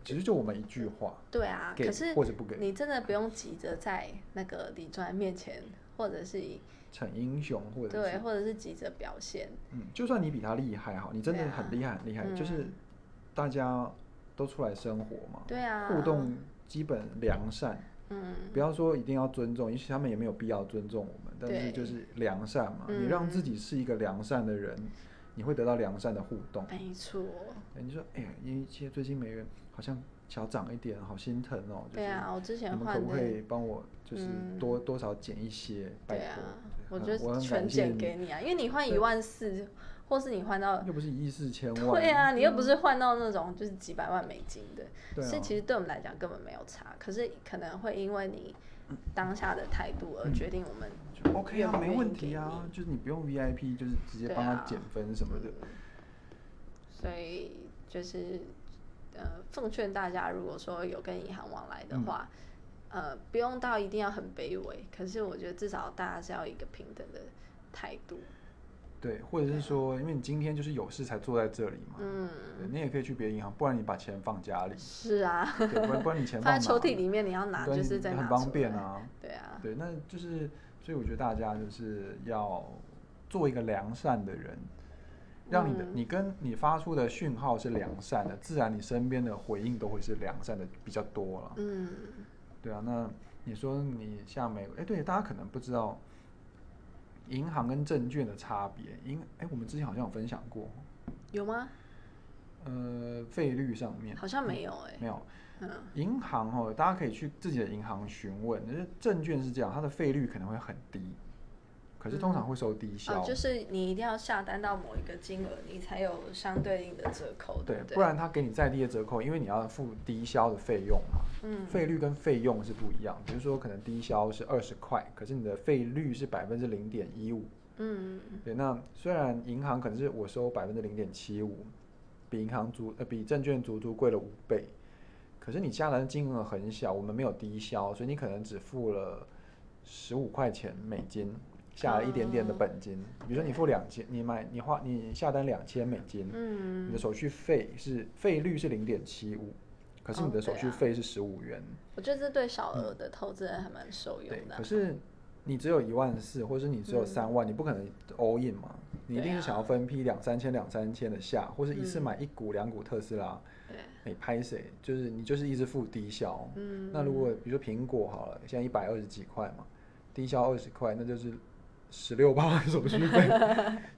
Speaker 1: 其实就我们一句话，
Speaker 2: 对啊，
Speaker 1: 给
Speaker 2: 可是
Speaker 1: 或者不给
Speaker 2: 你真的不用急着在那个李专面前，或者是以
Speaker 1: 逞英雄或者
Speaker 2: 对，
Speaker 1: 是
Speaker 2: 或者是急着表现，
Speaker 1: 嗯，就算你比他厉害哈，你真的
Speaker 2: 对啊
Speaker 1: 很厉害很厉害，
Speaker 2: 嗯
Speaker 1: 就是大家都出来生活嘛，
Speaker 2: 对啊，
Speaker 1: 互动，基本良善，
Speaker 2: 嗯，
Speaker 1: 不要说一定要尊重，也许他们也没有必要尊重我们，但
Speaker 2: 对
Speaker 1: 是就是良善嘛，
Speaker 2: 嗯
Speaker 1: 你让自己是一个良善的人，你会得到良善的互动。
Speaker 2: 没错，
Speaker 1: 哎，你说，哎、因为现在最近美元好像小涨一点，好心疼哦。就是、
Speaker 2: 对啊，我之前
Speaker 1: 你们
Speaker 2: 换
Speaker 1: 可不
Speaker 2: 的
Speaker 1: 可以帮我就是
Speaker 2: 嗯
Speaker 1: 多、多少减一些？拜
Speaker 2: 对
Speaker 1: 托
Speaker 2: 啊，
Speaker 1: 对
Speaker 2: 我
Speaker 1: 很
Speaker 2: 就
Speaker 1: 我很
Speaker 2: 全
Speaker 1: 感谢
Speaker 2: 减
Speaker 1: 你，
Speaker 2: 给你啊，因为你换一万四，或是你换到，
Speaker 1: 又不是一亿四千万。
Speaker 2: 对啊，你又不是换到那种就是几百万美金的，
Speaker 1: 对啊
Speaker 2: 所以其实对我们来讲根本没有差，可是可能会因为你当下的态度而决定我们
Speaker 1: 就 OK 啊，
Speaker 2: 愿不愿
Speaker 1: 没
Speaker 2: 意
Speaker 1: 问
Speaker 2: 给
Speaker 1: 题啊，
Speaker 2: 你
Speaker 1: 就是你不用 VIP，就是直接
Speaker 2: 对
Speaker 1: 帮他
Speaker 2: 啊
Speaker 1: 减分嗯什么的。
Speaker 2: 所以就是呃，奉劝大家，如果说有跟银行往来
Speaker 1: 嗯
Speaker 2: 的话，呃，不用到一定要很卑微，可是我觉得至少大家是要一个平等的态度。
Speaker 1: 对，或者
Speaker 2: 啊
Speaker 1: 是说，因为你今天就是有事才坐在这里嘛，
Speaker 2: 嗯，
Speaker 1: 对你也可以去别的银行，不然你把钱放家里，
Speaker 2: 是啊，
Speaker 1: 对，不然不然你钱
Speaker 2: 放在
Speaker 1: 哪
Speaker 2: 抽屉里面，你要拿
Speaker 1: 对
Speaker 2: 就是
Speaker 1: 你
Speaker 2: 再拿
Speaker 1: 很
Speaker 2: 出来。
Speaker 1: 方便啊。
Speaker 2: 对啊，
Speaker 1: 对，那就是，所以我觉得大家就是要做一个良善的人，让你的、
Speaker 2: 嗯
Speaker 1: 你跟你发出的讯号是良善的，自然你身边的回应都会是良善的比较多了。
Speaker 2: 嗯，
Speaker 1: 对啊，那你说你像美国，哎，对，大家可能不知道银行跟证券的差别，银哎，我们之前好像有分享过，
Speaker 2: 有吗？
Speaker 1: 呃，费率上面
Speaker 2: 好像没有哎、
Speaker 1: 没有，
Speaker 2: 嗯，
Speaker 1: 银行哦，大家可以去自己的银行询问，就是证券是这样，它的费率可能会很低，可是通常会收低消，
Speaker 2: 哦，就是你一定要下单到某一个金额，你才有相对应的折扣，
Speaker 1: 对
Speaker 2: 不，对？
Speaker 1: 不然它给你再低的折扣，因为你要付低消的费用嘛，
Speaker 2: 嗯，
Speaker 1: 费率跟费用是不一样，比如说可能低消是二十块，可是你的费率是百分之零点一五，
Speaker 2: 嗯，
Speaker 1: 对，那虽然银行可能是我收百分之零点七五，比银行足呃比证券足足贵了五倍，可是你下单金额很小，我们没有低消，所以你可能只付了十五块钱美金，下了一点点的本金。
Speaker 2: 啊
Speaker 1: 比如说你付两千，你买你花你下单两千美金，
Speaker 2: 嗯，
Speaker 1: 你的手续费是费率是零点七五，可是
Speaker 2: 哦
Speaker 1: 你的
Speaker 2: 对
Speaker 1: 手续
Speaker 2: 啊
Speaker 1: 费是十五元。
Speaker 2: 我觉得这对小额的投资人还蛮受用
Speaker 1: 对，
Speaker 2: 的啊、
Speaker 1: 可是你只有一万四，或是你只有
Speaker 2: 嗯
Speaker 1: 三万，你不可能 all in 嘛，你一
Speaker 2: 对
Speaker 1: 定是
Speaker 2: 啊
Speaker 1: 想要分批两三千、两三千的下，或是一次
Speaker 2: 嗯
Speaker 1: 买一股、两股特斯拉，
Speaker 2: 对，
Speaker 1: 你拍谁就是你就是一直付低消。
Speaker 2: 嗯，
Speaker 1: 那如果比如说苹果好了，现在一百二十几块嘛，低消二十块，那就是十六八手续 费。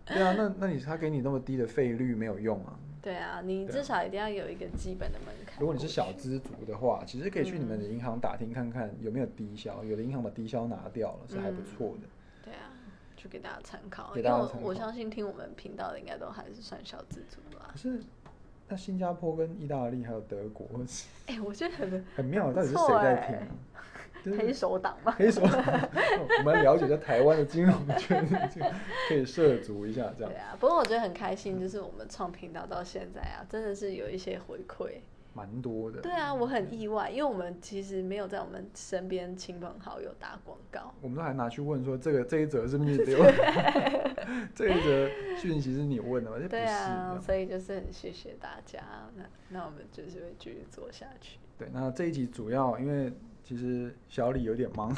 Speaker 1: 对啊，那那你他给你那么低的费率没有用啊。
Speaker 2: 对啊，你
Speaker 1: 对
Speaker 2: 至
Speaker 1: 啊
Speaker 2: 少一定要有一个基本的门槛过去。
Speaker 1: 如果你是小资族的话，其实可以去你们的
Speaker 2: 嗯
Speaker 1: 银行打听看看有没有低消，有的银行把低消拿掉了，是还不
Speaker 2: 嗯
Speaker 1: 错的。
Speaker 2: 对啊，就给大家参考，
Speaker 1: 给
Speaker 2: 因
Speaker 1: 大
Speaker 2: 为
Speaker 1: 家
Speaker 2: 我
Speaker 1: 参
Speaker 2: 我
Speaker 1: 考
Speaker 2: 相信听我们频道的应该都还是算小资族啊吧
Speaker 1: 可。是，那新加坡跟意大利还有德国，
Speaker 2: 哎、我觉得很
Speaker 1: 很妙，到底是
Speaker 2: 不错
Speaker 1: 谁在
Speaker 2: 欸
Speaker 1: 听啊？ 就是
Speaker 2: 黑手党吧。
Speaker 1: 可以说，我们了解一下台湾的金融圈，就可以涉足一下这样
Speaker 2: 对，啊，不过我觉得很开心，就是我们创频道到现在啊，真的是有一些回馈。
Speaker 1: 蛮多的。
Speaker 2: 对啊，我很意外，因为我们其实没有在我们身边亲朋好友打广告。
Speaker 1: 我们都还拿去问说这个这一则是不是你留？ 这一则讯息是你问的吗？这不是
Speaker 2: 对
Speaker 1: 这
Speaker 2: 啊
Speaker 1: 样。，
Speaker 2: 所以就是很谢谢大家。那那我们就是会继续做下去。
Speaker 1: 对，那这一集主要因为其实小李有点忙，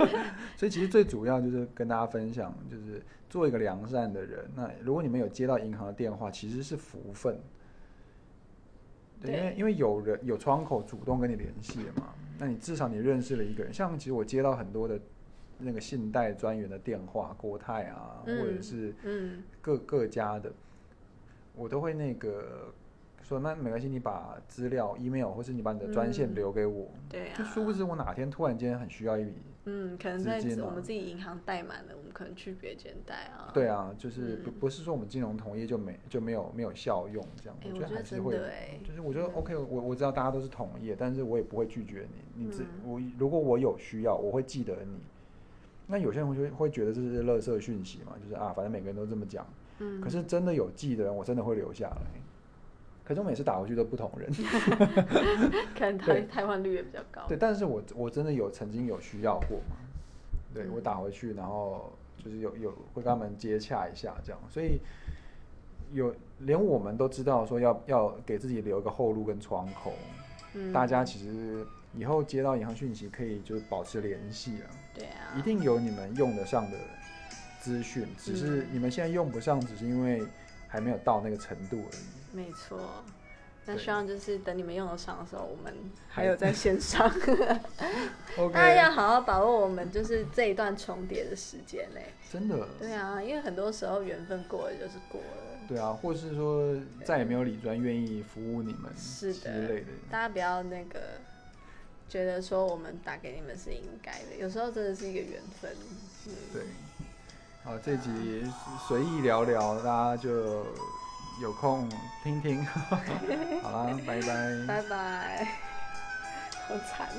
Speaker 1: 所以其实最主要就是跟大家分享，就是做一个良善的人。那如果你们有接到银行的电话，其实是福分，对，因为
Speaker 2: 对
Speaker 1: 因为有人有窗口主动跟你联系了嘛，那你至少你认识了一个人。像其实我接到很多的那个信贷专员的电话，国泰啊，或者
Speaker 2: 嗯
Speaker 1: 是
Speaker 2: 嗯，
Speaker 1: 各各家的，我都会那个说，那没关系，你把资料、email 或是你把你的专线
Speaker 2: 嗯
Speaker 1: 留给我。
Speaker 2: 对
Speaker 1: 就
Speaker 2: 啊。
Speaker 1: 殊不知我哪天突然间很需要一笔，
Speaker 2: 嗯，可能
Speaker 1: 直
Speaker 2: 在
Speaker 1: 接
Speaker 2: 我
Speaker 1: 拿
Speaker 2: 们自己银行贷满了，我们可能去别间贷啊。
Speaker 1: 对啊，就是不
Speaker 2: 嗯
Speaker 1: 不是说我们金融同业就没就没有没有效用这样，
Speaker 2: 哎、我
Speaker 1: 觉
Speaker 2: 觉
Speaker 1: 得还
Speaker 2: 得
Speaker 1: 是
Speaker 2: 真
Speaker 1: 会有
Speaker 2: 的。哎、
Speaker 1: 就是我觉得
Speaker 2: 嗯
Speaker 1: OK，我我知道大家都是同业，但是我也不会拒绝你。你自
Speaker 2: 嗯
Speaker 1: 我如果我有需要，我会记得你。那有些人会会觉得这是垃圾讯息嘛，就是啊，反正每个人都这么讲。
Speaker 2: 嗯，
Speaker 1: 可是真的有记的人，我真的会留下来。可是我每次打回去都不同人，
Speaker 2: 可能台
Speaker 1: 对
Speaker 2: 台湾率也比较高。
Speaker 1: 对，但是我我真的有曾经有需要过嘛，对
Speaker 2: 嗯
Speaker 1: 我打回去，然后就是有有会跟他们接洽一下这样，所以有连我们都知道说要要给自己留一个后路跟窗口，
Speaker 2: 嗯，
Speaker 1: 大家其实以后接到银行讯息可以就是保持联系啊，
Speaker 2: 对啊，
Speaker 1: 一定有你们用得上的资讯，只是
Speaker 2: 嗯
Speaker 1: 你们现在用不上，只是因为还没有到那个程度而已。
Speaker 2: 没错。那
Speaker 1: 对
Speaker 2: 希望就是等你们用得上的时候，我们还
Speaker 1: 还
Speaker 2: 有在线上，
Speaker 1: OK，
Speaker 2: 大家要好好把握我们就是这一段重叠的时间嘞。
Speaker 1: 真的。
Speaker 2: 对啊，因为很多时候缘分过了就是过了，
Speaker 1: 对啊，或是说再也没有理专愿意服务你们
Speaker 2: 是的
Speaker 1: 之类的。
Speaker 2: 大家不要那个觉得说我们打给你们是应该的，有时候真的是一个缘分。嗯，
Speaker 1: 对，好，这集随意聊聊，大家就有空 听听。好啦，拜拜
Speaker 2: 拜拜，好惨。